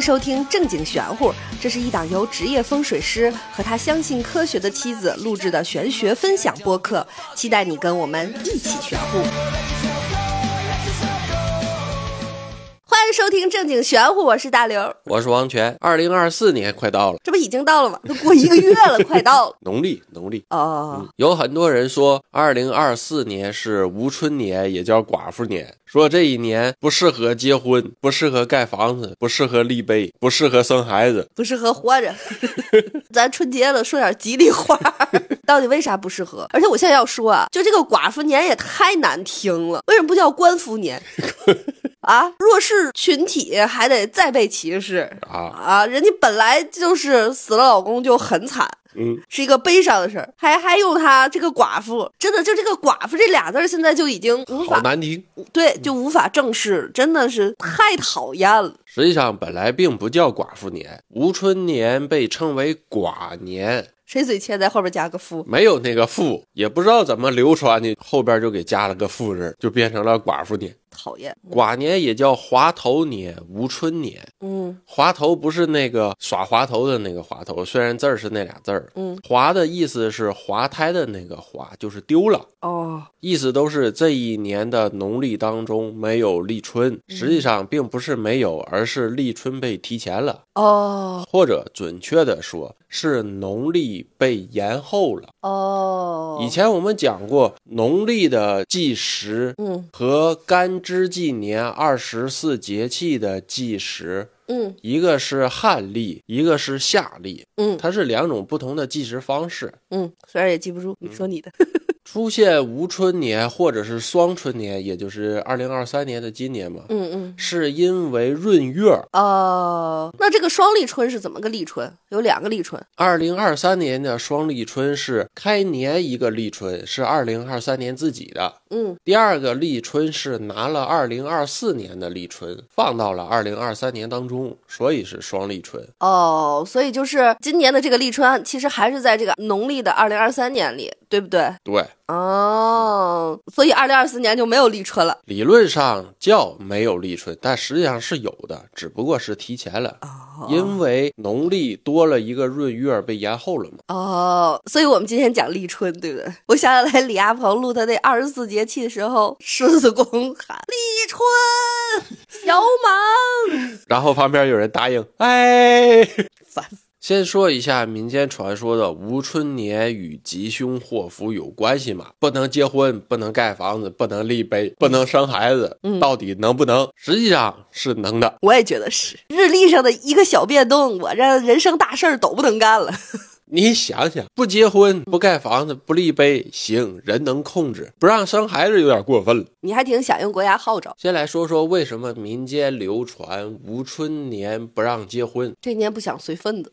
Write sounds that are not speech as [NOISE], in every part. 收听《正经玄乎》，这是一档由职业风水师和他相信科学的妻子录制的玄学分享播客，期待你跟我们一起玄乎。欢迎收听《正经玄乎》，我是大刘，我是王权。二零二四年快到了，这不已经到了吗？都过一个月 [LAUGHS] 了，快到了农历农历。哦。有很多人说，二零二四年是无春年，也叫寡妇年，说这一年不适合结婚，不适合盖房子，不适合立碑，不适合生孩子。不适合活着， [LAUGHS] 咱春节了，说点吉利话 [LAUGHS] 儿，到底为啥不适合？而且我现在要说啊，就这个寡妇年也太难听了，为什么不叫官夫 [LAUGHS] 年？啊，弱势群体还得再被歧视啊，啊！人家本来就是死了老公就很惨，嗯，是一个悲伤的事儿，还还用她这个寡妇，真的就这个寡妇这俩字儿，现在就已经无好法难听。对，就无法正视，真的是太讨厌了。实际上，本来并不叫寡妇年，无春年被称为寡年，谁嘴欠，在后边加个夫，没有那个妇，也不知道怎么流传的，后边就给加了个妇字，就变成了寡妇年。讨厌。寡年也叫滑头年、无春年。嗯滑头不是那个耍滑头的那个滑头，虽然字儿是那俩字儿，嗯，滑的意思是滑胎的那个滑，就是丢了。哦。意思都是这一年的农历当中没有立春，嗯实际上并不是没有，而是立春被提前了，哦或者准确的说是农历被延后了。哦，以前我们讲过，农历的计时嗯和干支纪年二十四节气的计时嗯一个是汉历，一个是夏历，嗯它是两种不同的计时方式。嗯，虽然也记不住，你说你的，出现无春年或者是双春年，也就是二零二三年的今年嘛，嗯嗯。是因为闰月。 [LAUGHS] 哦，那这个双立春是怎么个立春？有两个立春。二零二三年的双立春是开年一个立春，是二零二三年自己的。嗯第二个立春是拿了二零二四年的立春，放到了二零二三年当中，所以是双立春。哦，所以就是今年的这个立春，其实还是在这个农历的二零二三年里，对不对？对，哦，所以二零二四年就没有立春了。理论上叫没有立春，但实际上是有的，只不过是提前了。哦因为农历多了一个闰月被延后了嘛。哦，所以我们今天讲立春，对不对？我想起来李亚鹏录他那二十四节气的时候，狮子公喊立春，小满，然后旁边有人答应，哎。 [LAUGHS] 烦死。先说一下民间传说的无春年与吉凶祸福有关系吗？不能结婚，不能盖房子，不能立碑，不能生孩子，嗯到底能不能？实际上是能的。我也觉得是日历上的一个小变动，我这人生大事儿都不能干了。 [LAUGHS] 你想想，不结婚，不盖房子，不立碑，行，人能控制；不让生孩子有点过分了。你还挺响应国家号召，先来说说为什么民间流传无春年不让结婚。这年不想随份子。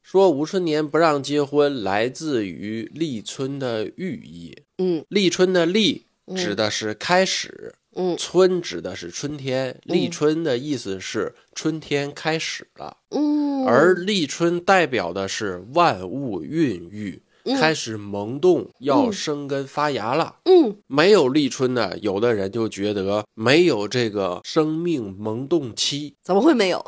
说吴春年不让结婚，来自于立春的寓意。嗯立春的立指的是开始，嗯春指的是春天，立春的意思是春天开始了， [LAUGHS] 嗯，而立春代表的是万物孕育，开始萌动，要生根发芽了。嗯没有立春呢，有的人就觉得没有这个生命萌动期，怎么会没有？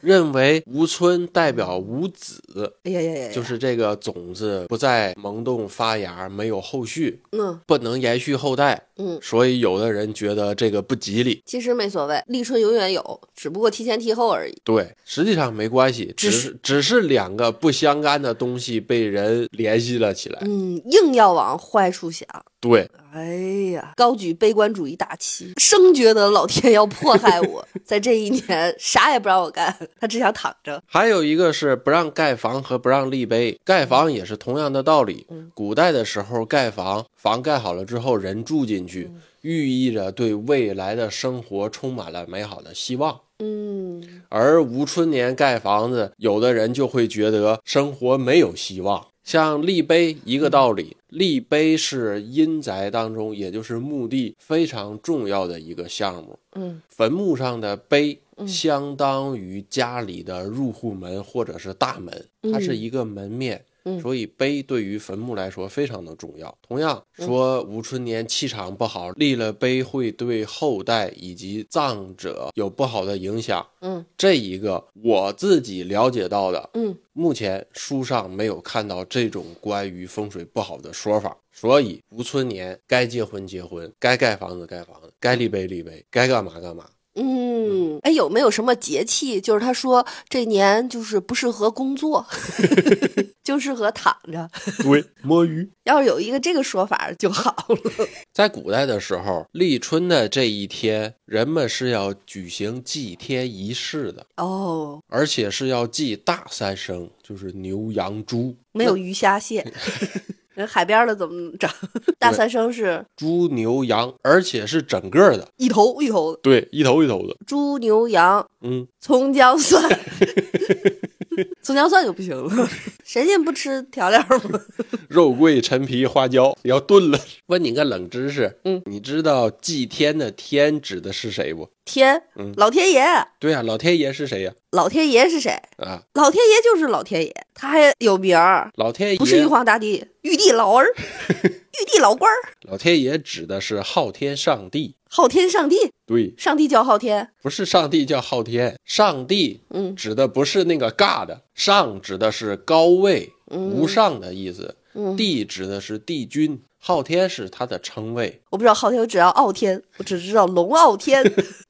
认为无春代表无子，哎呀呀呀呀！就是这个种子不再萌动发芽，没有后续，嗯不能延续后代，嗯，所以有的人觉得这个不吉利。其实没所谓，立春永远有，只不过提前提后而已。对，实际上没关系，只只是是只是两个不相干的东西被人联系了起来。嗯，硬要往坏处想。对，哎呀，高举悲观主义大旗，生觉得老天要迫害 [LAUGHS] 我，在这一年啥也不让我干，他只想躺着。还有一个是不让盖房和不让立碑，盖房也是同样的道理。古代的时候盖房，房盖好了之后人住进去，寓意着对未来的生活充满了美好的希望。嗯，而无春年盖房子，有的人就会觉得生活没有希望。像立碑一个道理，立碑是阴宅当中，也就是墓地非常重要的一个项目。嗯，坟墓上的碑相当于家里的入户门或者是大门，它是一个门面。嗯所以碑对于坟墓来说非常的重要。同样说吴春年气场不好，立了碑会对后代以及葬者有不好的影响。嗯这一个我自己了解到的，嗯，目前书上没有看到这种关于风水不好的说法，所以吴春年该结婚结婚，该盖房子盖房子，该立碑立碑，该干嘛干嘛。嗯，哎，有没有什么节气？就是他说这年就是不适合工作， [LAUGHS] 就适合躺着。 [LAUGHS] 对，摸鱼。要是有一个这个说法就好了。在古代的时候，立春的这一天，人们是要举行祭天仪式的，哦，而且是要祭大三牲，就是牛、羊、猪。没有鱼虾蟹，人海边儿的怎么整？大三生是猪、牛、羊，而且是整个的，一头一头的，对，一头一头的。猪牛羊嗯，葱姜蒜，葱姜蒜就不行了，谁进不吃调料吗？肉桂、陈皮、花椒，要炖了。 [LAUGHS] 问你个冷知识，嗯，你知道祭天的天指的是谁不？天，嗯老天爷，对啊，老天爷是谁呀、老天爷是谁？啊？老天爷就是老天爷，他还有名儿，老天爷不是玉皇大帝，玉帝老儿，玉帝老官儿，老天爷指的是昊天上帝。昊天上帝，对，上帝叫昊天，不是上帝叫昊天，上帝嗯指的不是那个尬的，上指的是高位、无上的意思，嗯帝指的是帝君，昊天是他的称谓。我不知道昊天，我只知道傲天，我只知道龙傲天，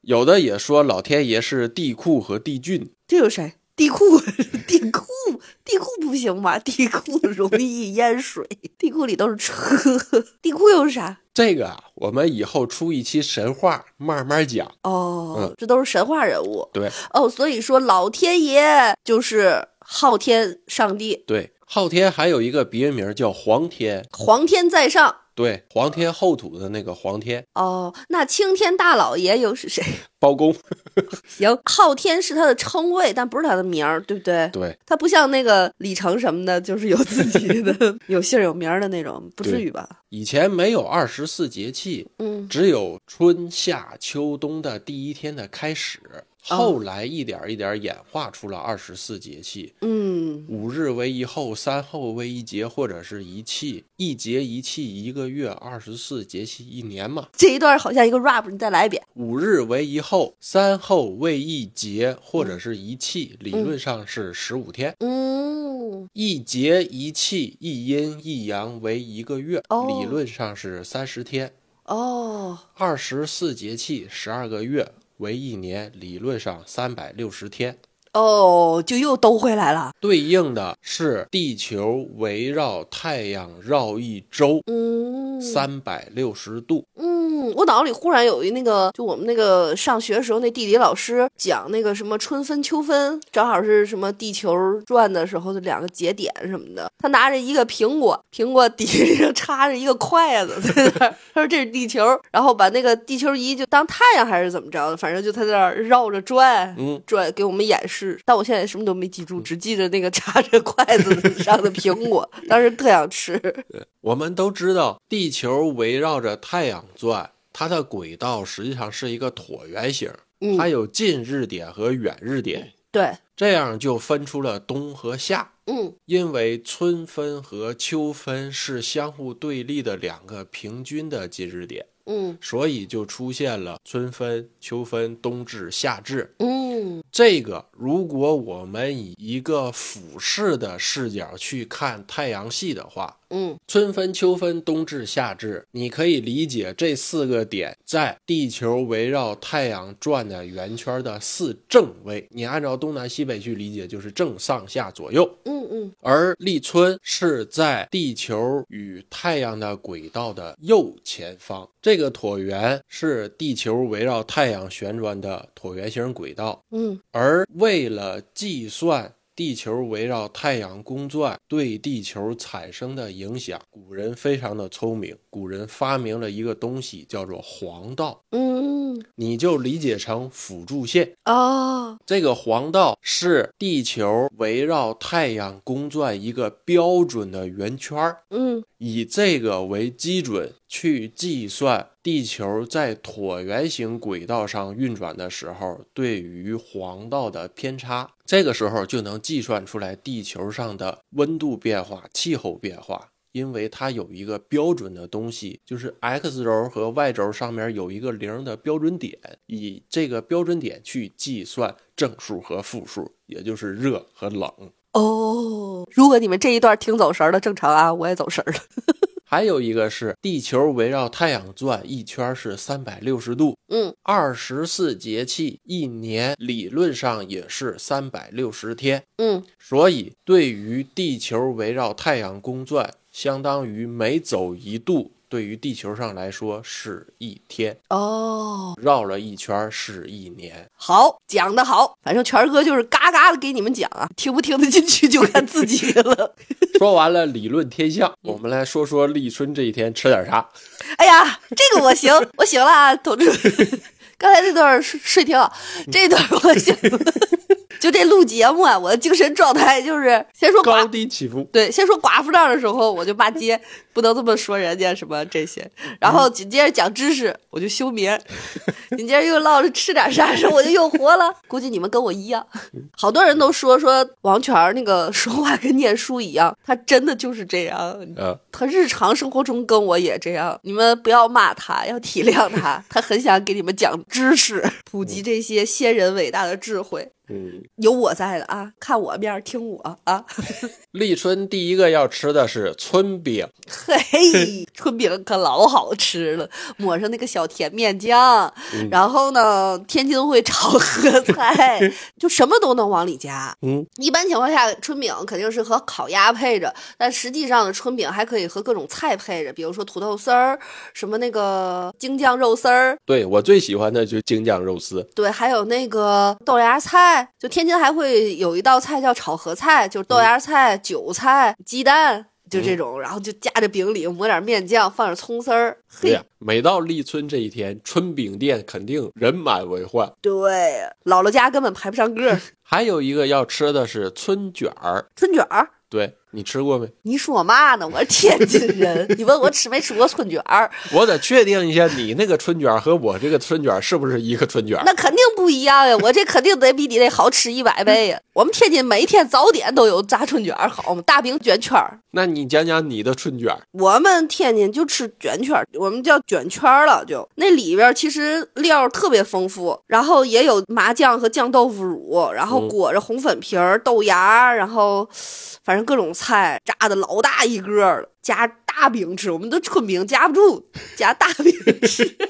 有的也说老天爷是帝库和帝俊，这有谁？地库， [LAUGHS] 地库，地库不行吧？地库容易淹水，地库里都是车， [LAUGHS] 地库又是啥？这个啊，我们以后出一期神话慢慢讲。哦，嗯这都是神话人物对哦，所以说老天爷就是昊天上帝，对，昊天还有一个别名叫黄天，皇天在上。对，皇天后土的那个黄天，哦，那青天大老爷又是谁？包公。行，昊天是他的称谓，但不是他的名儿，对不对？对，他不像那个李成什么的，就是有自己 [LAUGHS] 的有姓儿有名儿的那种，不至对于吧？以前没有二十四节气，嗯，只有春夏秋冬的第一天的开始，后来一点一点演化出了二十四节气，嗯，五日为一候，三候为一节，或者是一气，一节一气，一个月二十四节气，一年嘛。这一段好像一个 rap，你再来一遍。五日为一候，三候为一节，或者是一气，理论上是十五天。嗯，一节一气一阴一阳为一个月，哦理论上是三十天。哦，二十四节气十二个月为一年，理论上三百六十天。哦，就又兜回来了。对应的是地球围绕太阳绕一周，嗯，三百六十度。嗯，我脑子里忽然有一那个，就我们那个上学时候那地理老师讲那个什么春分秋分，正好是什么地球转的时候的两个节点什么的。他拿着一个苹果，苹果底下插着一个筷子，在那儿他说这是地球，然后把那个地球仪就当太阳还是怎么着的，反正就他在那儿绕着转。嗯，转给我们演示，但我现在什么都没记住，只记着那个插着筷子的上的苹果，当时特想吃。我们都知道，地球围绕着太阳转，它的轨道实际上是一个椭圆形，嗯它有近日点和远日点，对，这样就分出了冬和夏。嗯因为春分和秋分是相互对立的两个平均的近日点，嗯所以就出现了春分、秋分、冬至、夏至。嗯这个，如果我们以一个俯视的视角去看太阳系的话，嗯，春分、秋分、冬至、夏至，你可以理解这四个点在地球围绕太阳转的圆圈的四正位。你按照东南西北去理解，就是正上下左右。嗯嗯。而立春是在地球与太阳的轨道的右前方，这个椭圆是地球围绕太阳旋转的椭圆形轨道。嗯而为了计算地球围绕太阳公转对地球产生的影响，古人非常的聪明，古人发明了一个东西叫做黄道。嗯嗯，你就理解成辅助线。哦，这个黄道是地球围绕太阳公转一个标准的圆圈儿，嗯，以这个为基准去计算地球在椭圆形轨道上运转的时候对于黄道的偏差。这个时候就能计算出来地球上的温度变化、气候变化，因为它有一个标准的东西，就是 x 轴和 y 轴上面有一个零的标准点，以这个标准点去计算正数和负数，也就是热和冷。哦，如果你们这一段听走神儿了，正常啊，我也走神儿了。还有一个是地球围绕太阳转一圈是三百六十度，嗯，二十四节气一年理论上也是三百六十天，嗯，所以对于地球围绕太阳公转，相当于每走一度，对于地球上来说是一天，哦，绕了一圈是一年。好，讲的好，反正权儿哥就是嘎嘎的给你们讲啊，听不听得进去就看自己了。说完了理论天象，我们来说说立春这一天吃点啥。 [LAUGHS] 哎呀，这个我行， [LAUGHS] 我行了啊，同志 [LAUGHS] 们。刚才这段睡睡挺好，这段我行 [LAUGHS] 了。就这录节目啊，我的精神状态就是先说寡高低起伏，对，先说寡妇账的时候，我就骂街，不能这么说人家什么这些。然后紧接着讲知识，我就休眠。紧接着又唠着吃点啥时候，我就又活了。估计你们跟我一样，好多人都说说王权儿那个说话跟念书一样，他真的就是这样。呃，他日常生活中跟我也这样，你们不要骂他，要体谅他。他很想给你们讲知识，普及这些先人伟大的智慧。嗯。有我在的啊，看我面儿听我啊。立春第一个要吃的是春饼， [LAUGHS] 嘿，春饼可老好吃了，抹上那个小甜面酱，然后呢，天津会炒 [LAUGHS] 合菜，就什么都能往里加。嗯，一般情况下，春饼肯定是和烤鸭配着，但实际上呢，春饼还可以和各种菜配着，比如说土豆丝儿，什么那个京酱肉丝儿，对我最喜欢的就是京酱肉丝，对，还有那个豆芽菜，就天津还会有一道菜叫炒合菜，就是豆芽菜、韭菜、鸡蛋。就这种，然后就夹着饼里抹点面酱，放点葱丝儿。对嘿呀，，每到立春这一天，春饼店肯定人满为患。对，姥姥家根本排不上个儿。 [LAUGHS] 还有一个要吃的是春卷儿，春卷儿，对你吃过没？你说我嘛呢？我是天津人，你问我吃没吃过春卷儿，我得确定一下，你那个春卷儿和我这个春卷儿是不是一个春卷儿？那肯定不一样呀。我这肯定得比你那好吃一百倍呀。我们天津每天早点都有炸春卷儿，好吗？大饼卷圈儿，那你讲讲你的春卷儿，我们天津就吃卷圈儿，我们叫卷圈儿了就，那里边儿其实料儿特别丰富，然后也有麻酱和酱豆腐乳，然后嗯裹着红粉皮儿、豆芽，然后反正各种菜炸的老大一个儿了，夹大饼吃，我们都春饼夹不住，夹大饼吃。 [LAUGHS]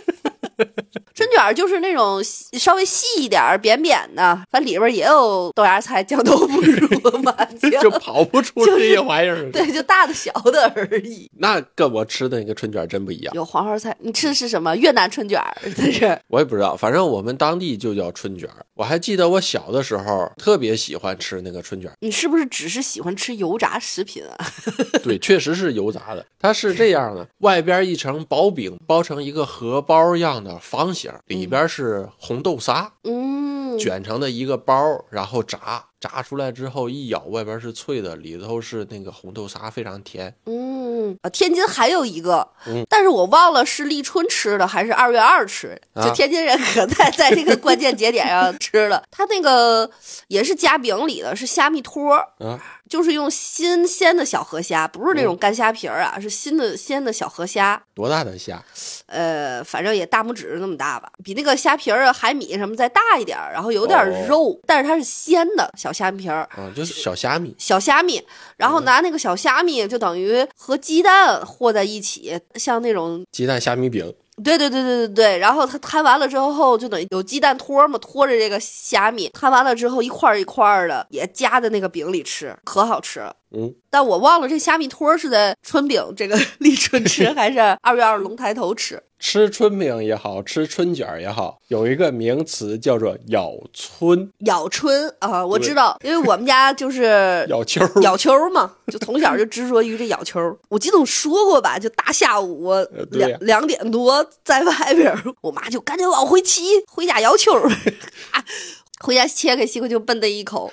春卷儿就是那种细稍微细一点儿、扁扁的，反正里边儿也有豆芽菜、酱豆腐乳、麻酱， [LAUGHS] 就跑不就出这是些玩意儿。对，就大的小的而已。那跟我吃的那个春卷儿真不一样，有黄花菜，你吃的是什么？越南春卷儿， [LAUGHS] 这是。我也不知道，反正我们当地就叫春卷儿。我还记得我小的时候特别喜欢吃那个春卷儿。你是不是只是喜欢吃油炸食品啊？ [LAUGHS] 对，确实是油炸的。它是这样的，外边一层薄饼包成一个荷包样的方形，里边是红豆沙嗯，卷成的一个包，然后炸，炸出来之后一咬，外边是脆的，里头是那个红豆沙，非常甜。嗯，啊，天津还有一个，嗯但是我忘了是立春吃的还是二月二吃的。啊就天津人可在 [LAUGHS] 在这个关键节点上吃了，他那个也是夹饼里的，是虾米托儿，啊，就是用新鲜的小河虾，不是那嗯种干虾皮儿啊，是新的鲜的小河虾。多大的虾？呃，反正也大拇指那么大吧，比那个虾皮儿啊、海米什么再大一点儿，然后有点儿哦肉，但是它是鲜的小虾皮儿。啊，就是小虾米。小虾米，然嗯后拿那个小虾米就等于和鸡蛋和在一起，像那种，鸡蛋虾米饼，对对对对对对。然后它摊完了之后，就等于有鸡蛋托嘛，托着这个虾米摊完了之后，一块儿一块儿的也夹在那个饼里吃，可好吃了。嗯，但我忘了这虾米托儿是在春饼这个 [LAUGHS] 立春 [LAUGHS] 吃，还是二月二龙抬头吃。吃春饼也好吃春卷儿也好，有一个名词叫做咬春、咬春啊、我对知道，因为我们家就是 [LAUGHS] 咬秋儿。咬秋儿嘛，就从小就执着于这咬秋儿。我记得我说过吧，就大下午我呃对两、呀两点多在外边儿，我妈就赶紧往回骑，回家咬秋儿。 [LAUGHS] 回家切开西瓜就奔的一 [LAUGHS] 口，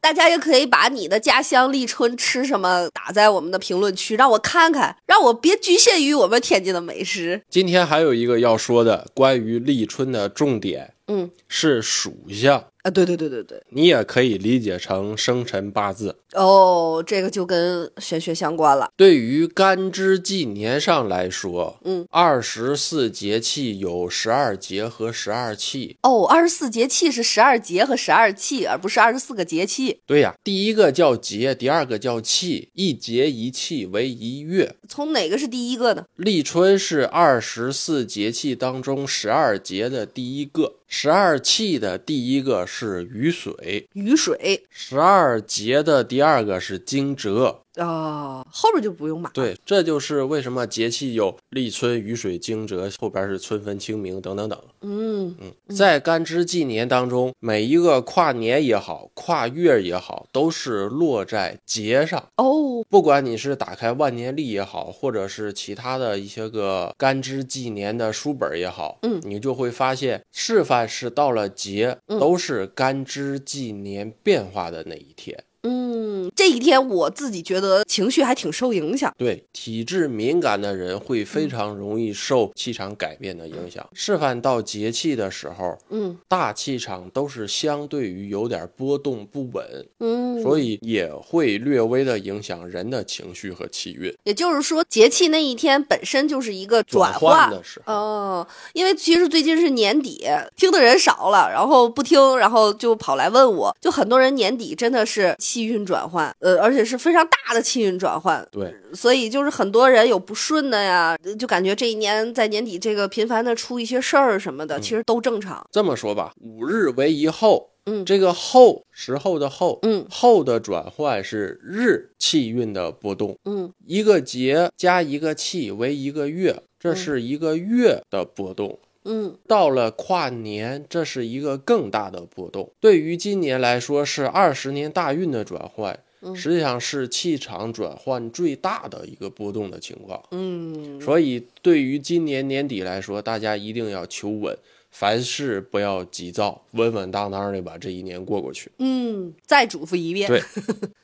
大家也可以把你的家乡立春吃什么打在我们的评论区，让我看看，让我别局限于我们天津的美食。今天还有一个要说的关于立春的重点嗯，是属相，啊，对对对对对，你也可以理解成生辰八字。哦，这个就跟玄学相关了。对于干支纪年上来说，嗯，二十四节气有十二节和十二气。哦，二十四节气是十二节和十二气，而不是二十四个节气。对呀，第一个叫节，第二个叫气，一节一气为一月。从哪个是第一个呢？立春是二十四节气当中十二节的第一个，十二气的第一个是雨水，雨水十二节的第二个是惊蛰。啊、后边就不用买。对，这就是为什么节气有立春、雨水、惊蛰，后边是春分、清明等等等。嗯，在干支纪年当中，每一个跨年也好，跨月也好，都是落在节上。哦，不管你是打开万年历也好，或者是其他的一些个干支纪年的书本也好，嗯你就会发现，是凡是到了节，嗯都是干支纪年变化的那一天。嗯，这一天我自己觉得情绪还挺受影响。对体质敏感的人嗯会非常容易受气场改变的影响。示范到节气的时候，嗯大气场都是相对于有点波动不稳，嗯，所以也会略微的影响人的情绪和气运。也就是说，节气那一天本身就是一个转转换的时候哦，因为其实最近是年底，听的人少了，然后不听，然后就跑来问我，就很多人年底真的是气运转换，呃，而且是非常大的气运转换，对，所以就是很多人有不顺的呀，就感觉这一年在年底这个频繁的出一些事儿什么嗯的，其实都正常。这么说吧，五日为一候，嗯这个候时候的候，嗯候的转换是日气运的波动，嗯一个节加一个气为一个月，这是一个月的波动。嗯到了跨年，这是一个更大的波动。对于今年来说，是二十年大运的转换，实际上是气场转换最大的一个波动的情况。嗯，所以，对于今年年底来说，大家一定要求稳，凡事不要急躁，稳稳当当的把这一年过过去。嗯，再嘱咐一遍。对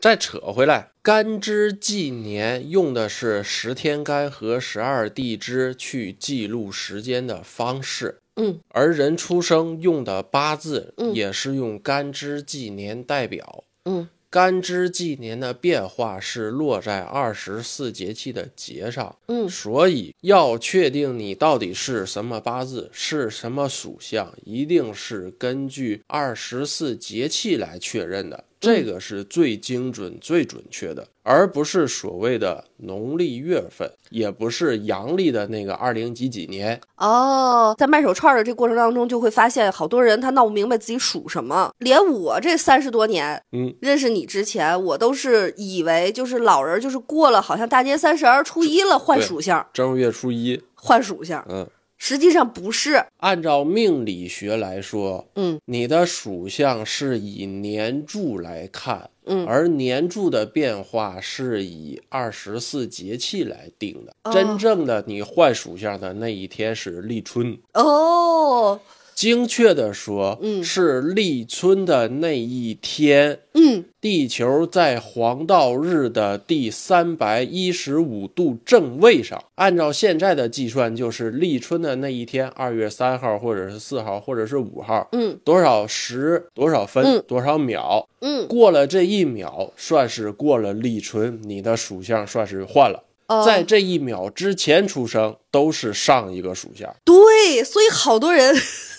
再扯回来，干支纪年用的是十天干和十二地支去记录时间的方式。嗯，而人出生用的八字嗯也是用干支纪年代表。嗯干支纪年的变化是落在二十四节气的节上，嗯所以要确定你到底是什么八字，是什么属相，一定是根据二十四节气来确认的，这个是最精准、最准确的，而不是所谓的农历月份，也不是阳历的那个二零几几年。哦，在卖手串儿的这过程当中，就会发现好多人他闹不明白自己属什么。连我这三十多年，嗯，认识你之前，我都是以为就是老人就是过了，好像大年三十儿、初一了换对属相，正月初一，换属相，嗯，实际上不是。按照命理学来说，嗯，你的属相是以年柱来看，嗯而年柱的变化是以二十四节气来定的。哦真正的你换属相的那一天是立春，哦，精确的说，嗯是立春的那一天，嗯，地球在黄道日的第三百一十五度正位上，按照现在的计算，就是立春的那一天，二月三号，或者是四号，或者是五号，嗯多少时多少分、嗯多少秒，嗯，过了这一秒，算是过了立春，你的属相算是换了。哦在这一秒之前出生都是上一个属相，对，所以好多人 [LAUGHS]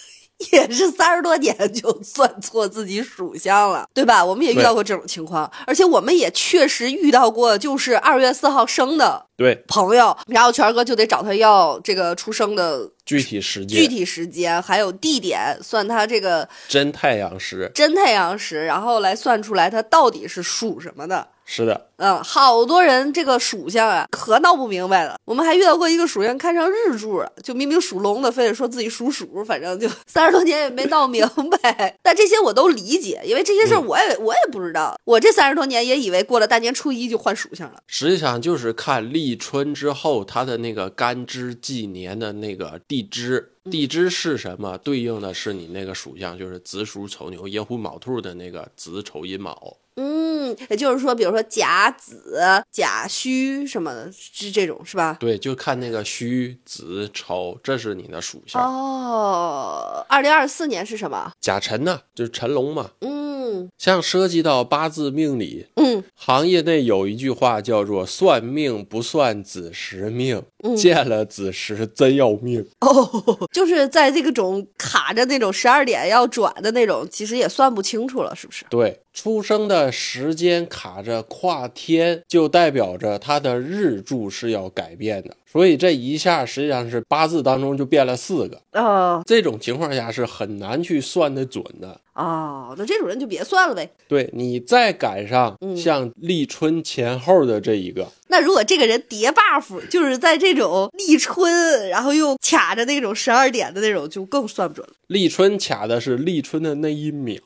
也是三十多年就算错自己属相了，对吧？我们也遇对到过这种情况，而且我们也确实遇到过，就是二月四号生的对，朋友，然后权哥就得找他要这个出生的具体时间，具体时间，还有地点，算他这个真太阳时，真太阳时，然后来算出来他到底是属什么的。是的，嗯，好多人这个属相啊，可闹不明白了。我们还遇到过一个属相看上日柱了，就明明属龙的，非得说自己属鼠，反正就 [LAUGHS] 三十多年也没闹明白。 [LAUGHS] 但这些我都理解，因为这些事儿我也、我也不知道。我这三十多年也以为过了大年初一就换属相了。实际上就是看立春之后它的那个干支纪年的那个地支，地支是什么，对应的是你那个属相，就是子鼠丑牛寅虎卯兔的那个子丑寅卯。嗯，也就是说，比如说甲子、甲戌什么的，这这种是吧？对，就看那个戌子丑，这是你的属相。哦，二零二四年是什么？甲辰呢，就是辰龙嘛。嗯像涉及到八字命理，嗯行业内有一句话叫做“算命不算子时命，嗯，见了子时真要命哦，就是在这个种卡着那种十二点要转的那种，其实也算不清楚了，是不是”。？对，出生的时间卡着跨天，就代表着他的日柱是要改变的，所以这一下实际上是八字当中就变了四个。哦这种情况下是很难去算得准的。哦，那这种人就别算了呗。对你再赶上嗯像立春前后的这一个，那如果这个人叠 buff，就是在这种立春，然后又卡着那种十二点的那种，就更算不准了。立春卡的是立春的那一秒。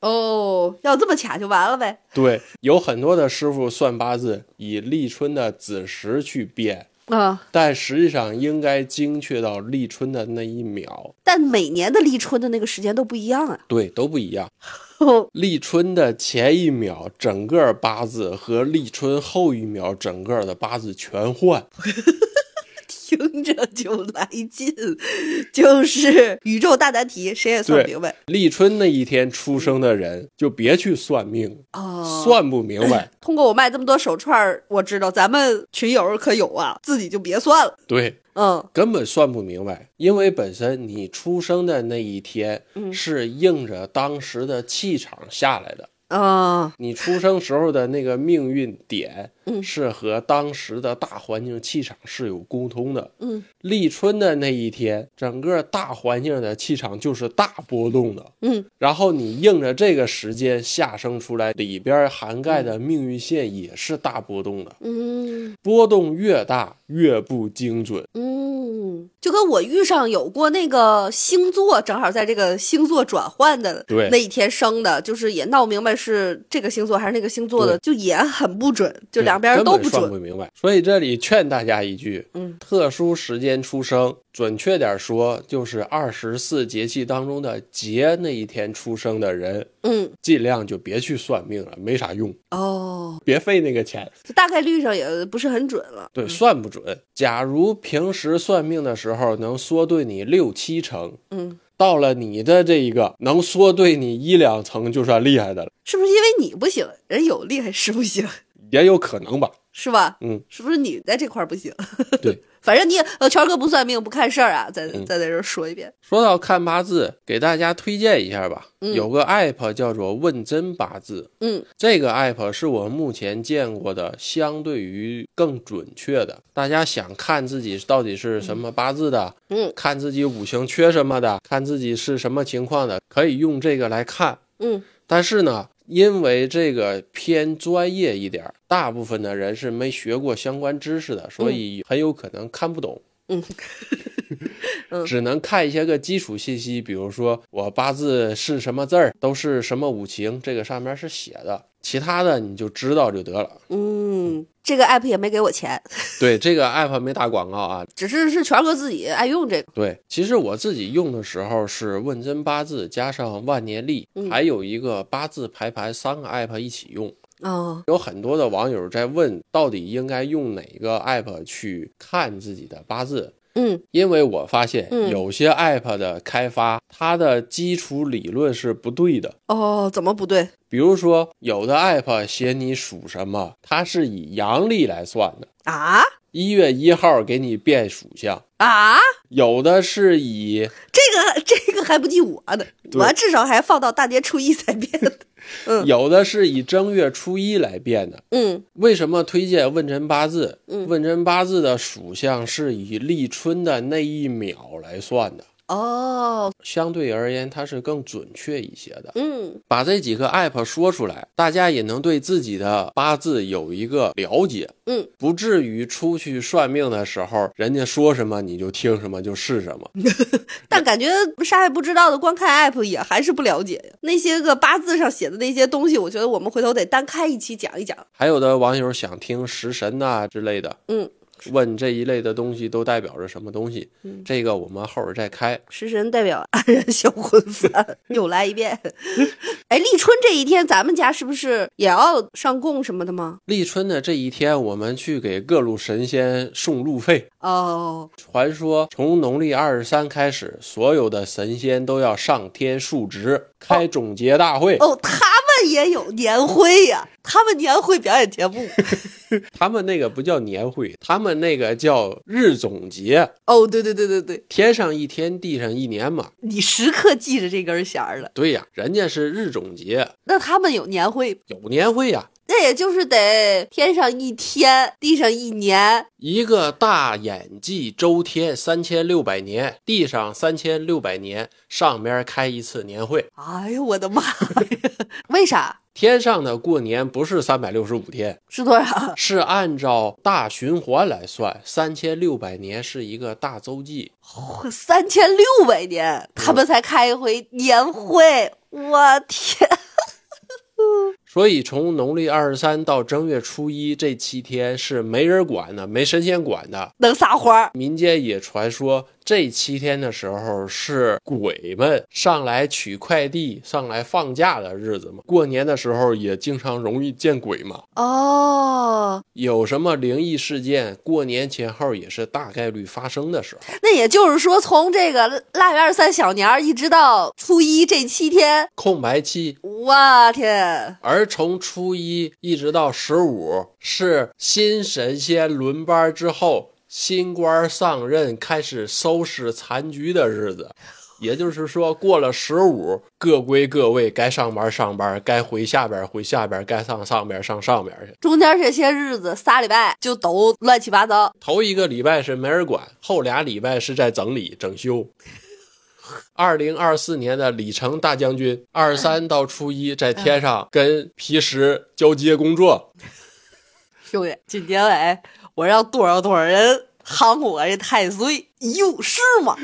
哦，要这么卡就完了呗。对，有很多的师傅算八字以立春的子时去变，啊、但实际上应该精确到立春的那一秒，但每年的立春的那个时间都不一样啊。哦对，都不一样。立春的前一秒，整个八字和立春后一秒，整个的八字全换。听着就来劲，就是宇宙大难题，谁也算不对明白。立春那一天出生的人，就别去算命，哦，算不明白。通过我卖这么多手串儿，我知道咱们群友可有啊，自己就别算了。对，嗯，根本算不明白，因为本身你出生的那一天是应着当时的气场下来的。啊、你出生时候的那个命运点，是和当时的大环境气场是有沟通的。嗯，立春的那一天，整个大环境的气场就是大波动的。嗯，然后你应着这个时间下生出来，里边涵盖的命运线也是大波动的，嗯波动越大越不精准。嗯，就跟我遇上有过那个星座，正好在这个星座转换的对那一天生的，就是也闹不明白是这个星座还是那个星座的，就也很不准，就对两边根都本不算准。不明白。所以这里劝大家一句，嗯，特殊时间出生，准确点说就是二十四节气当中的节那一天出生的人，嗯，尽量就别去算命了，没啥用，哦，别费那个钱。就大概率上也不是很准了。对，算不准。假如平时算命的时候能说对你六七成，嗯，到了你的这一个能说对你一两成就算厉害的了，是不是因为你不行，人有厉害师不行，也有可能吧。是吧？嗯，是不是你在这块儿不行？对，反正你也呃，权哥不算命不看事儿啊，再嗯再在这儿说一遍。说到看八字，给大家推荐一下吧。嗯有个 app 叫做“问真八字嗯”，这个 app 是我目前见过的相对于更准确的。大家想看自己到底是什么八字的，嗯看自己五行缺什么的，看自己是什么情况的，可以用这个来看。嗯但是呢，因为这个偏专业一点儿，大部分的人是没学过相关知识的，所以很有可能看不懂。嗯嗯只能看一些个基础信息，比如说我八字是什么字儿，都是什么五行，这个上面是写的，其他的你就知道就得了。嗯，这个 app 也没给我钱，对，这个 app 没打广告啊。只是是权哥自己爱用这个。对，其实我自己用的时候是问真八字加上万年历，嗯还有一个八字排盘三个 app 一起用。哦，有很多的网友在问，到底应该用哪个 app 去看自己的八字？嗯因为我发现嗯有些 app 的开发，它的基础理论是不对的。哦，怎么不对？比如说，有的 app 写你属什么，它是以阳历来算的，啊一月一号给你变属相；啊，有的是以这个这个还不记我呢，对我至少还放到大年初一才变的。嗯有的是以正月初一来变的。 [LAUGHS] 嗯为什么推荐问诊八字？嗯问诊八字的属相是以立春的那一秒来算的。哦，相对而言它是更准确一些的。嗯，把这几个 app 说出来，大家也能对自己的八字有一个了解。嗯，不至于出去算命的时候，人家说什么你就听什么就是什么。但感觉啥也不知道的，光看 app 也还是不了解呀。那些个八字上写的那些东西，我觉得我们回头得单开一期讲一讲。还有的网友想听食神呐、之类的，嗯，问这一类的东西都代表着什么东西，嗯这个我们后边再开。食神代表安然销魂饭，又来一遍。 [LAUGHS] 哎，立春这一天，咱们家是不是也要上供什么的吗？立春的这一天，我们去给各路神仙送路费。哦，传说从农历二十三开始，所有的神仙都要上天述职，开总结大会。哦，他们也有年会呀、他们年会表演节目。他们那个不叫年会，他们那个叫日总结。哦，对对对对对，天上一天，地上一年嘛。你时刻记着这根弦儿了。对呀，人家是日总结，那他们有年会吗，有年会呀。那也就是得天上一天，地上一年。一个大眼记周天三千六百年，地上三千六百年，上面开一次年会。哎呦我的妈呀！为啥？天上的过年不是三百六十五天，是多少？是按照大循环来算，三千六百年是一个大周期。三千六百年，他们才开一回年会。我天！所以从农历二十三到正月初一这七天是没人管的，没神仙管的。能撒欢儿民间也传说，这七天的时候是鬼们上来取快递、上来放假的日子嘛。过年的时候也经常容易见鬼嘛。哦，有什么灵异事件，过年前后也是大概率发生的时候。那也就是说，从这个腊月二十三小年儿一直到初一这七天，空白期，我天，而从初一一直到十五是新神仙轮班之后，新官上任开始收拾残局的日子。也就是说，过了十五，各归各位，该上班上班，该回下边回下边，该上上边上上边去。中间这些日子仨礼拜就都乱七八糟，头一个礼拜是没人管，后俩礼拜是在整理整修。二零二四年的里程大将军，二三到初一在天上跟皮石交接工作，兄弟，这年尾我让多少多少人喊我这太岁，哟是吗？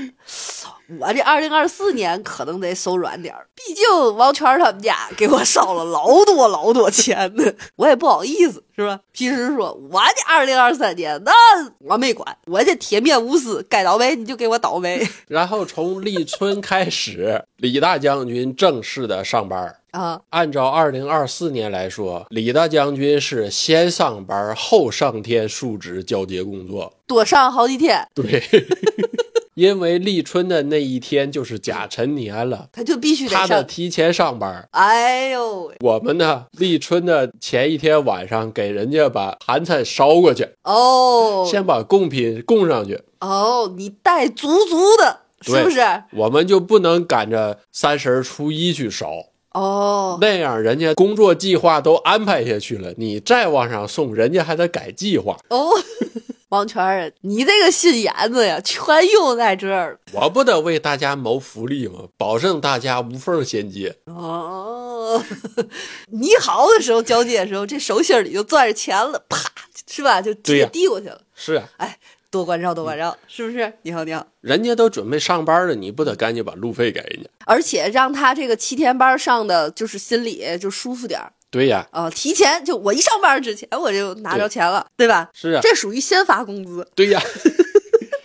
我这二零二四年可能得手软点儿，毕竟王权他们家给我烧了老多老多钱呢，我也不好意思，是吧？平时说我这二零二三年那我没管，我这铁面无私，该倒霉你就给我倒霉然后从立春开始，李大将军正式的上班。啊！按照二零二四年来说，李大将军是先上班后上天述职交接工作。多上好几天，对， [LAUGHS] 因为立春的那一天就是甲辰年了，他就必须他得得上。提前上班。哎呦喂，我们呢，立春的前一天晚上给人家把盘缠捎过去，哦先把贡品供上去，哦，你带足足的，是对不是？我们就不能赶着三十儿初一去烧。哦，那样人家工作计划都安排下去了，你再往上送，人家还得改计划。哦， [LAUGHS] 王全儿，你这个心眼子呀，全用在这儿了。我不得为大家谋福利吗？保证大家无缝衔接。哦，你好的时候交接的时候，这手心里就攥着钱了，啪，是吧？就直对接呀递过去了。是啊，哎，多关照，多关照，是不是？你好，你好。人家都准备上班了，你不得赶紧把路费给人家？而且让他这个七天班上的，就是心里就舒服点儿对呀、啊、提前就我一上班之前我就拿着钱了，对吧？是啊，这属于先发工资对呀、 [LAUGHS]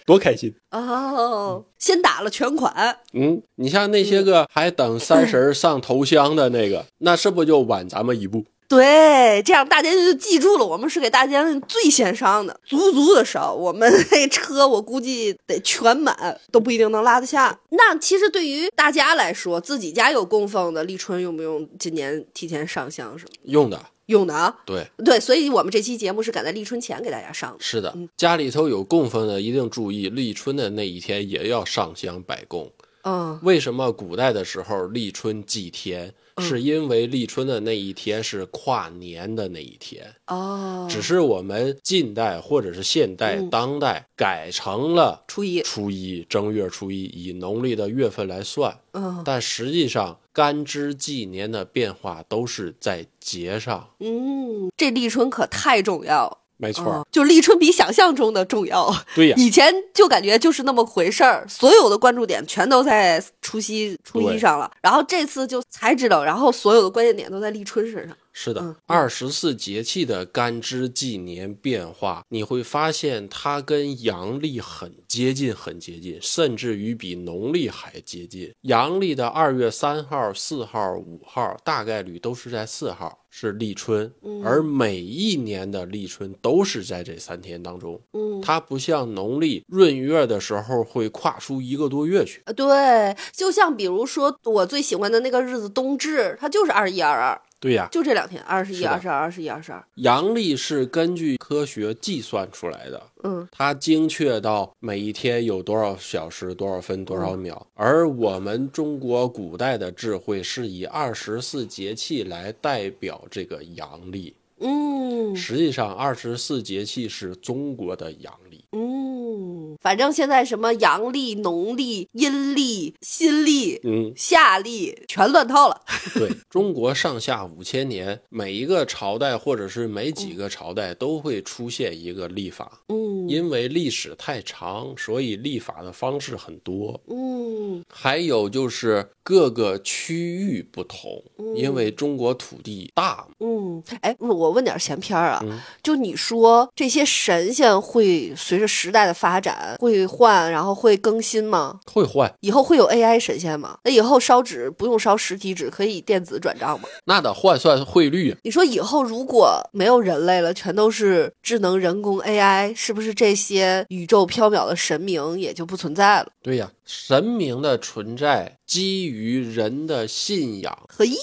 多开心。哦，先打了全款，嗯，你像那些个还等三十儿上头香的那个，那是不就晚咱们一步？对，这样大将军就记住了，我们是给大将军最先上的，足足的烧。我们 [LAUGHS] 那车我估计得全满，都不一定能拉得下。那其实对于大家来说，自己家有供奉的立春用不用今年提前上香什么？用的，用的啊，对，对，所以我们这期节目是赶在立春前给大家上的。是的，嗯家里头有供奉的一定注意，立春的那一天也要上香拜供。嗯，为什么古代的时候立春祭天嗯是因为立春的那一天是跨年的那一天，哦，只是我们近代或者是现代、嗯当代改成了初一，初一，正月初一，以农历的月份来算。嗯但实际上，干支纪年的变化都是在节上，嗯，这立春可太重要，没错儿嗯，，就立春比想象中的重要。对呀，以前就感觉就是那么回事儿，所有的关注点全都在除夕初一对上了，然后这次就才知道，然后所有的关键点都在立春身上。是嗯的，二十四节气的干支纪年变化，你会发现它跟阳历很接近，很接近，甚至于比农历还接近。阳历的二月三号、四号、五号，大概率都是在四号是立春，而每一年的立春都是在这三天当中。嗯，它不像农历闰月的时候会跨出一个多月去。呃对，就像比如说我最喜欢的那个日子冬至，它就是二一二二，对呀、就这两天，二十是一、的二十二、二十一、二十二。阳历是根据科学计算出来的。嗯，它精确到每一天有多少小时、多少分、多嗯少秒。而我们中国古代的智慧是以二十四节气来代表这个阳历。嗯实际上，二十四节气是中国的阳历。嗯，反正现在什么阳历、农历、阴历、新历、嗯，夏历全乱套了。对中国上下五千年，每一个朝代或者是每几个朝代都会出现一个历法，嗯因为历史太长，所以历法的方式很多。嗯还有就是各个区域不同，因为中国土地大嘛，嗯，哎，我问点闲篇儿啊，就你说这些神仙会随着时代的发展会换，然后会更新吗？会换，以后会有 AI 神仙吗？那以后烧纸不用烧实体纸，可以电子转账吗？那得换算汇率。你说以后如果没有人类了，全都是智能人工 AI，是不是这些宇宙缥缈的神明也就不存在了？对呀，神明的存在基于人的信仰，和意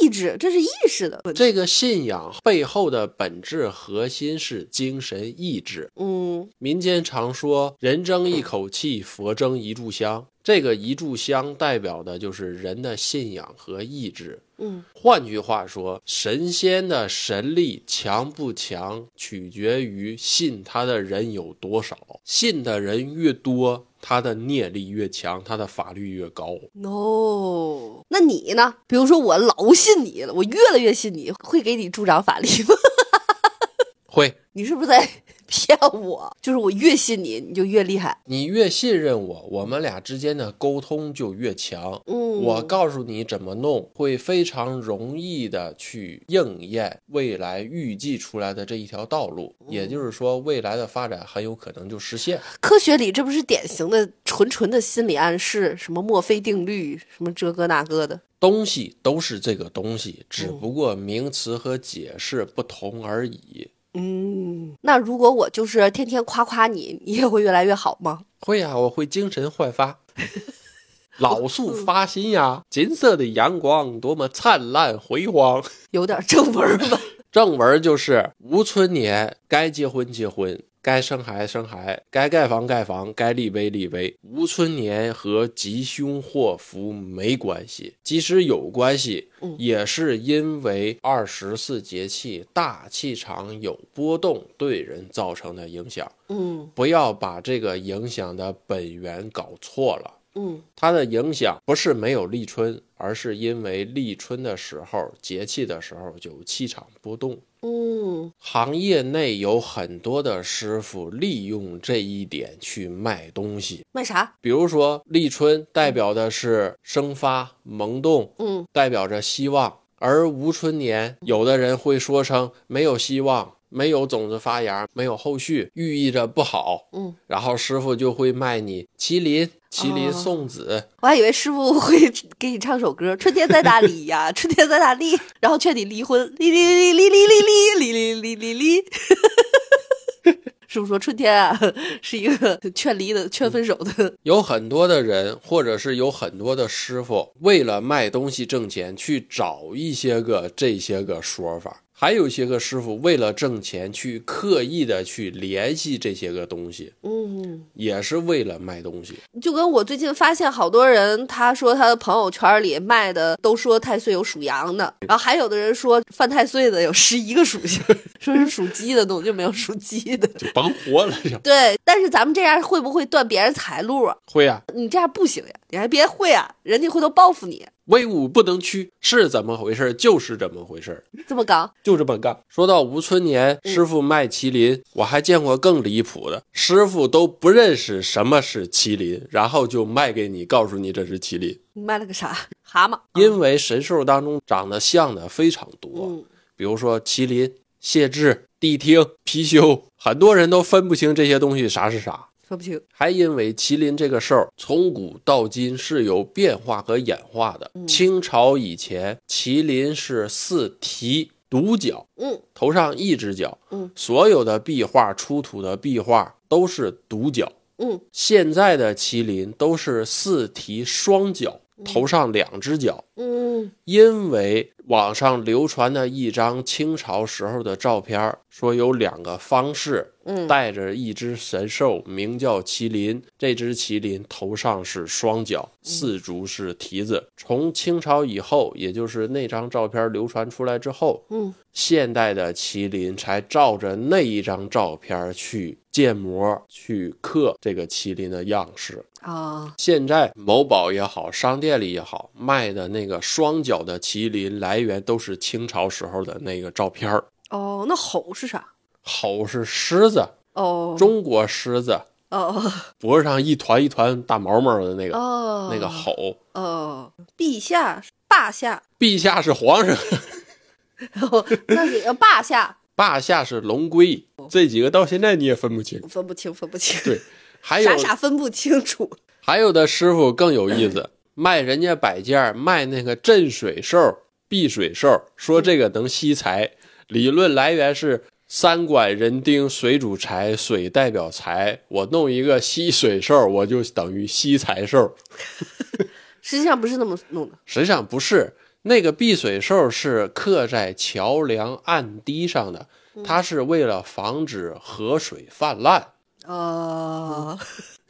意志，这是意识的问题。这个信仰背后的本质核心是精神意志。嗯民间常说“人争一口气，佛争一炷香”，这个一炷香代表的就是人的信仰和意志。嗯换句话说，神仙的神力强不强，取决于信他的人有多少。信的人越多，他的念力越强，他的法律越高。 ，no。那你呢？比如说我老信你了，我越来越信你，会给你助长法力吗？ [LAUGHS] 会，你是不是在 [LAUGHS] 骗我？就是我越信你，你就越厉害。你越信任我，我们俩之间的沟通就越强。嗯，我告诉你怎么弄，会非常容易的去应验未来预计出来的这一条道路，也就是说，未来的发展很有可能就实现。科学里这不是典型的纯纯的心理暗示，什么墨菲定律，什么这个那个的。东西都是这个东西，只不过名词和解释不同而已。嗯，那如果我就是天天夸夸你，你也会越来越好吗？会呀、我会精神焕发，老树发新呀，金色的阳光多么灿烂辉煌。有点正文儿吧？ [LAUGHS] 正文就是无春年，该结婚结婚，该生孩生孩，该盖房盖房，该立碑立碑。无春年和吉凶祸福没关系，即使有关系，也是因为二十四节气大气场有波动对人造成的影响。嗯不要把这个影响的本源搞错了。嗯它的影响不是没有立春，而是因为立春的时候、节气的时候有气场波动。嗯行业内有很多的师傅利用这一点去卖东西，卖啥？比如说立春代表的是生发萌动，嗯，代表着希望；而无春年，有的人会说成没有希望。没有种子发芽，没有后续，寓意着不好。嗯，然后师傅就会卖你麒麟、麒麟哦送子、我还以为师傅会 [LAUGHS] 给你唱首歌，《春天在哪里呀？春天在哪里》，然后劝你离婚，离离离离离离离离离离离。 [LAUGHS] 师傅说：“春天啊，是一个劝离的、劝分手的。有很多的人，或者是有很多的师傅，为了卖东西挣钱，去找一些个这些个说法。还有一些个师傅为了挣钱，去刻意的去联系这些个东西，嗯，也是为了卖东西。就跟我最近发现好多人，他说他的朋友圈里卖的都说太岁有属羊的，然后还有的人说犯太岁的有十一个属性， [LAUGHS] 说是属鸡的，我就没有属鸡的。就甭活了，就对，但是咱们这样会不会断别人财路啊？会呀、你这样不行呀，你还别会啊，人家回头报复你，威武不能屈，是怎么回事？就是怎么回事，这么刚。就这么干。说到吴春年师傅卖麒麟，我还见过更离谱的，师傅都不认识什么是麒麟，然后就卖给你，告诉你这是麒麟。你卖了个啥？蛤蟆？因为神兽当中长得像的非常多，嗯，比如说麒麟、谢志、谛听、貔貅，很多人都分不清这些东西啥是啥。说不清。还因为麒麟这个兽儿从古到今是有变化和演化的。嗯清朝以前，麒麟是四蹄独角，嗯，头上一只角。嗯，所有的壁画出土的壁画都是独角。嗯，现在的麒麟都是四蹄双脚，头上两只脚。嗯因为网上流传的一张清朝时候的照片儿，说有两个方士嗯带着一只神兽，名叫麒麟。这只麒麟头上是双嗯角，四足是蹄子。从清朝以后，也就是那张照片流传出来之后，嗯，现代的麒麟才照着那一张照片去建模，去刻这个麒麟的样式。啊，现在某宝也好，商店里也好，卖的那个双脚的麒麟，来源都是清朝时候的那个照片儿。哦，那吼是啥？吼是狮子，哦，中国狮子，哦脖子上一团一团大毛毛的那个、哦，那个吼。哦，陛下、霸下， [LAUGHS] 陛下是皇上， [LAUGHS] 哦，那也要霸下，霸下是龙龟，这几个到现在你也分不清。分不清，分不清，对， [LAUGHS] 还有傻傻分不清楚。还有的师傅更有意思，卖人家摆件儿，卖那个镇水兽、避水兽，说这个能吸财。理论来源是三管人丁水主财，水代表财，我弄一个吸水兽，我就等于吸财兽。实际上不是那么弄的。实际上不是，那个避水兽是刻在桥梁岸堤上的，它是为了防止河水泛滥，呃，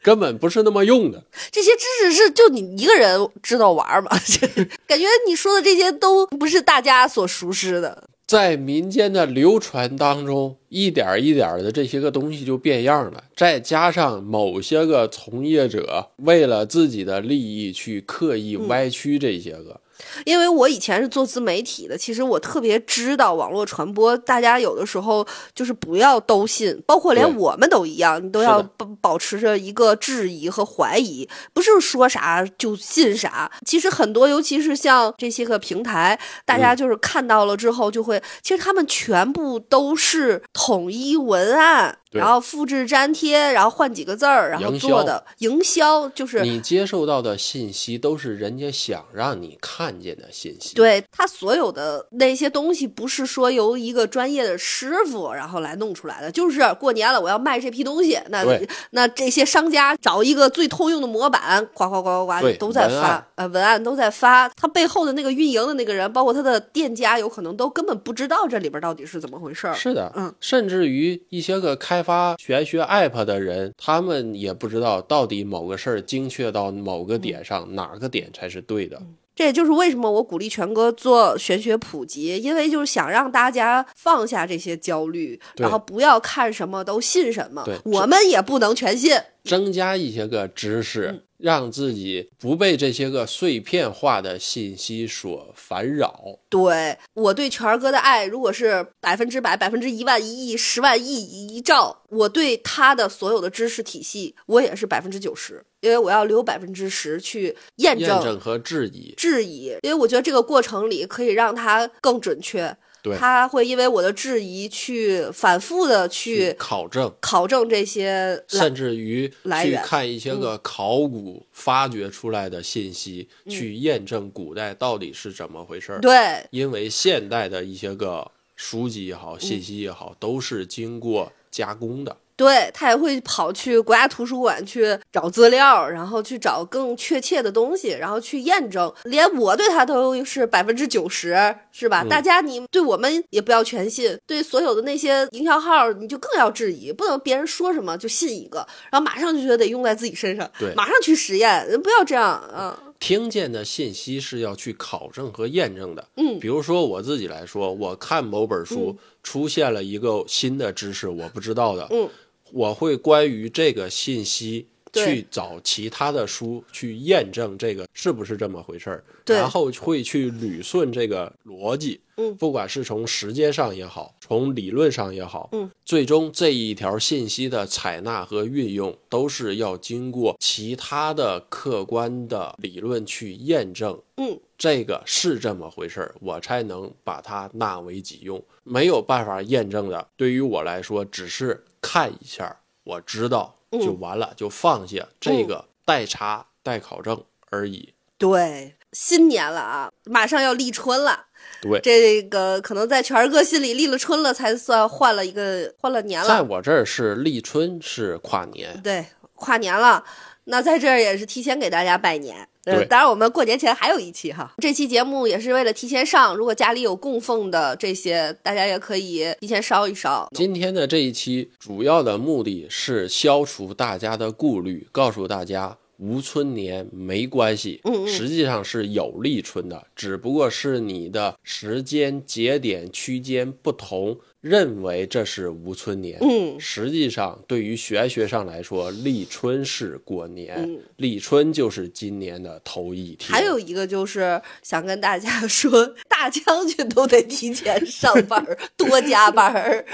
根本不是那么用的。这些知识是就你一个人知道玩儿吗？ [LAUGHS] 感觉你说的这些都不是大家所熟知的。在民间的流传当中，一点儿一点儿的这些个东西就变样了。再加上某些个从业者为了自己的利益去刻意嗯歪曲这些个，因为我以前是做自媒体的，其实我特别知道网络传播，大家有的时候就是不要都信，包括连对我们都一样，你都是要的保保持着一个质疑和怀疑，不是说啥就信啥。其实很多，尤其是像这些个平台，大嗯家就是看到了之后就会，其实他们全部都是统一文案，对然后复制粘贴，然后换几个字儿，然后营销做的营销就是你接受到的信息都是人家想让你看见的信息。，对他所有的那些东西，不是说由一个专业的师傅然后来弄出来的，就是过年了，我要卖这批东西，那对那这些商家找一个最通用的模板，呱呱呱呱呱对都在文发案，呃，文案都在发，他背后的那个运营的那个人，包括他的店家，有可能都根本不知道这里边到底是怎么回事儿。是的，嗯，甚至于一些个开发玄学 app 的人，他们也不知道到底某个事儿精确到某个点上，哪个点才是对的。这也就是为什么我鼓励全哥做玄学普及，因为就是想让大家放下这些焦虑，对然后不要看什么都信什么对，我们也不能全信。增加一些个知嗯识，让自己不被这些个碎片化的信息所烦扰。对我对权儿哥的爱，如果是百分之百、百分之一万、一亿、十万亿、一兆，我对他的所有的知识体系，我也是百分之九十，因为我要留百分之十去验验证和质疑，质疑，因为我觉得这个过程里可以让他更准确，对，他会因为我的质疑去反复的去考证，考证这些来甚至于来去源嗯看一些个考古发掘出来的信息，去验证古代到底是怎么回事儿。对因为嗯现代的一些个书籍也好，信息也好，都是经过加工的。对他也会跑去国家图书馆去找资料，然后去找更确切的东西，然后去验证。连我对他都是百分之九十，是吧？大家你对我们也不要全信，对所有的那些营销号你就更要质疑，不能别人说什么就信一个，然后马上就觉得得用在自己身上，对马上去实验，不要这样，嗯听见的信息是要去考证和验证的。嗯比如说我自己来说，我看某本书出现了一个新的知识，我不知道的，嗯，我会关于这个信息对去找其他的书去验证这个是不是这么回事儿，对然后会去捋顺这个逻辑。嗯不管是从时间上也好，从理论上也好，嗯，最终这一条信息的采纳和运用，都是要经过其他的客观的理论去验证嗯，这个是这么回事儿，我才能把它纳为己用。没有办法验证的，对于我来说，只是看一下，我知道嗯就完了，就放下这个待查待考证而已。对。新年了啊，马上要立春了，对，这个可能在全儿哥心里立了春了，才算换了一个换了啊年在了，我这儿是立春，是跨年，对，跨年了。那在这儿也是提前给大家拜年。呃对当然我们过年前还有一期哈，这期节目也是为了提前上，如果家里有供奉的这些，大家也可以提前烧一烧。今天的这一期主要的目的是消除大家的顾虑，告诉大家无春年没关系，嗯嗯实际上是有立春的，只不过是你的时间节点区间不同，认为这是无春年。嗯实际上，对于玄学上来说，立春是过年，嗯立春就是今年的头一天。还有一个就是想跟大家 [LAUGHS] 说，大将军都得提前上班儿，多加班儿，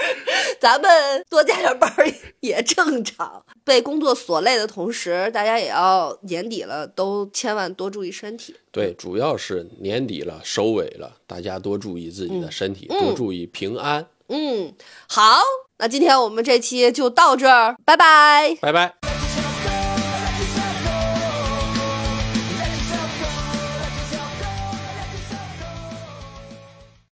咱们多加点班儿也正常。被工作所累的同时，大家也要年底了，都千万多注意身体。对，主要是年底了，收尾了，大家多注意自己的身体，嗯多注意平安。嗯，好，那今天我们这期就到这儿，拜拜。拜拜。